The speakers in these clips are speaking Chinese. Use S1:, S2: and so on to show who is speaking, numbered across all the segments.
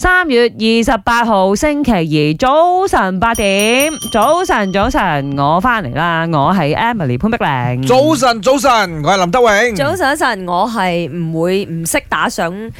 S1: 三月二十八號星期二早晨八點，早晨早晨，我翻嚟啦，我係 Emily 潘碧玲。
S2: 早晨，早晨，我系林德荣。
S3: 早晨，早晨，我係唔會唔識打賞人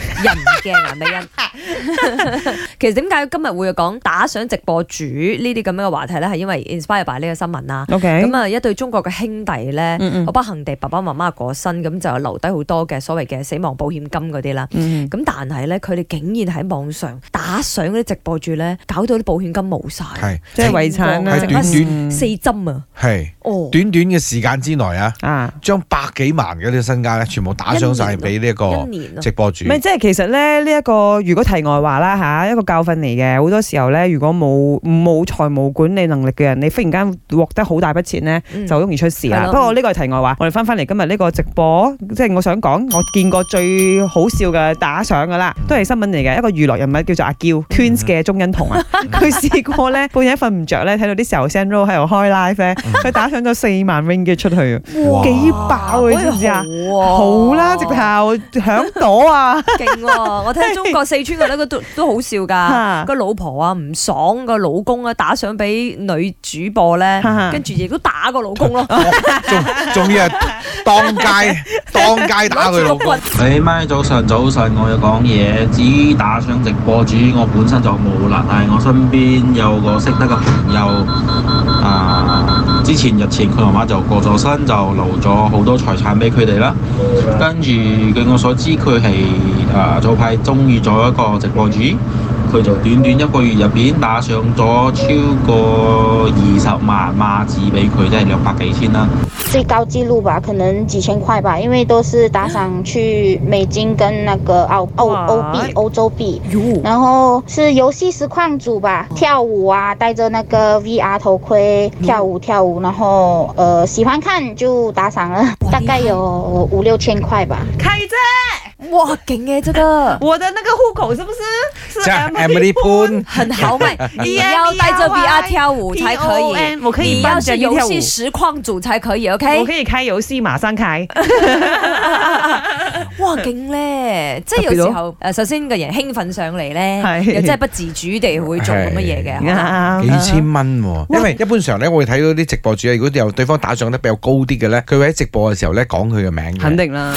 S3: 嘅顏美 欣。其實點解今日會講打賞直播主呢啲咁樣嘅話題咧？係因為 inspire by 呢個新聞啦。
S1: ，OK，
S3: 咁啊，一對中國嘅兄弟咧，
S1: 嗯嗯
S3: 好不幸地爸爸媽媽過身，咁就留低好多嘅所謂嘅死亡保險金嗰啲啦。
S1: 嗯
S3: 咁但係咧，佢哋竟然喺網上打賞嗰啲直播主咧，搞到啲保險金冇晒，
S2: 系
S1: 即係遺產啊，
S2: 係短短
S3: 四針啊！
S2: 系
S3: 哦，
S2: 短短嘅時間之內啊，
S1: 啊。
S2: 將百幾萬嘅呢個身家咧，全部打賞晒俾呢一個
S3: 一年啊，
S2: 直播主。
S1: 咪即係其實咧呢一、個如果題外話啦吓，一個教訓嚟嘅。好多時候咧，如果冇冇財務管理能力嘅人，你忽然間獲得好大筆錢咧，
S3: 嗯
S1: 就好容易出事啦。
S3: 係咯
S1: 不過呢個係題外話，我哋翻翻嚟今日呢個直播，即係我想講，我見過最好笑嘅打賞噶啦，都係新聞嚟嘅，一個娛樂人物叫做阿嬌 Twins 嘅鍾欣彤 啊，佢試過咧半夜瞓唔着咧，睇到啲時候 s e n d roll 喺度開 live 咧，佢打賞咗四萬 ringgit 出去啊，
S2: 哇
S1: 幾爆啊！你知唔知啊？好啦，直頭
S3: 下。
S1: 響朵啊！
S3: 勁喎！我睇中國四川嗰啲都都好
S1: 嚇
S3: 笑㗎，個老婆啊唔爽個老公啊打賞俾女主播咧
S1: 嚇，
S3: 跟住亦都打個老公咯，
S2: 仲仲要係當 街當街打佢
S3: 攞住
S2: 老
S3: 個
S2: 公
S3: 棍。。
S4: 你咪早晨，早晨，我有講嘢。至於打賞直播主，我本身就冇啦，但係我身邊有個識得嘅朋友，啊，之前日前佢媽媽就過咗身，就留咗好多財產俾佢哋啦。跟住據我所知，佢係啊早排中意咗一個直播主，佢就短短一個月入邊打賞咗超過二十萬馬幣俾佢，即係兩百幾千啦。
S5: 最高纪录吧，可能几千块吧，因为都是打赏去美金跟那个澳澳
S1: 哇
S5: 欧币、欧洲币，
S3: 哟
S5: 然后是游戏实况组吧，跳舞啊，戴着那个 VR 头盔跳舞跳舞，然后呃喜欢看就打赏了，大概有五六千块吧。
S1: 凯子，
S3: 哇，勁嘅真得，
S1: 我的那个户口是不是是啊
S2: 即係
S3: 啊
S2: Emily 潘，
S3: 很豪邁，你要带着 VR 跳舞才可以，
S1: 我可以
S3: 你
S1: 扮
S3: 要
S1: 成
S3: 是
S1: 一
S3: 游
S1: 跳舞
S3: 戏，实况組才可以
S1: 我
S3: ，OK？
S1: 可以開游戏，馬上開。
S3: 哇，勁咧！即係
S1: 特別咯
S3: 有時候誒，首先個人興奮上嚟咧，
S1: 係
S3: 又真係不自主地會做咁嘅嘢嘅可能。
S1: 啊
S2: 幾千蚊喎。因為一般上咧，我會啊睇到啲直播主，如果有對方打賞得比較高啲嘅咧，佢會喺直播嘅時候咧講佢嘅名嘅。
S1: 肯定啦。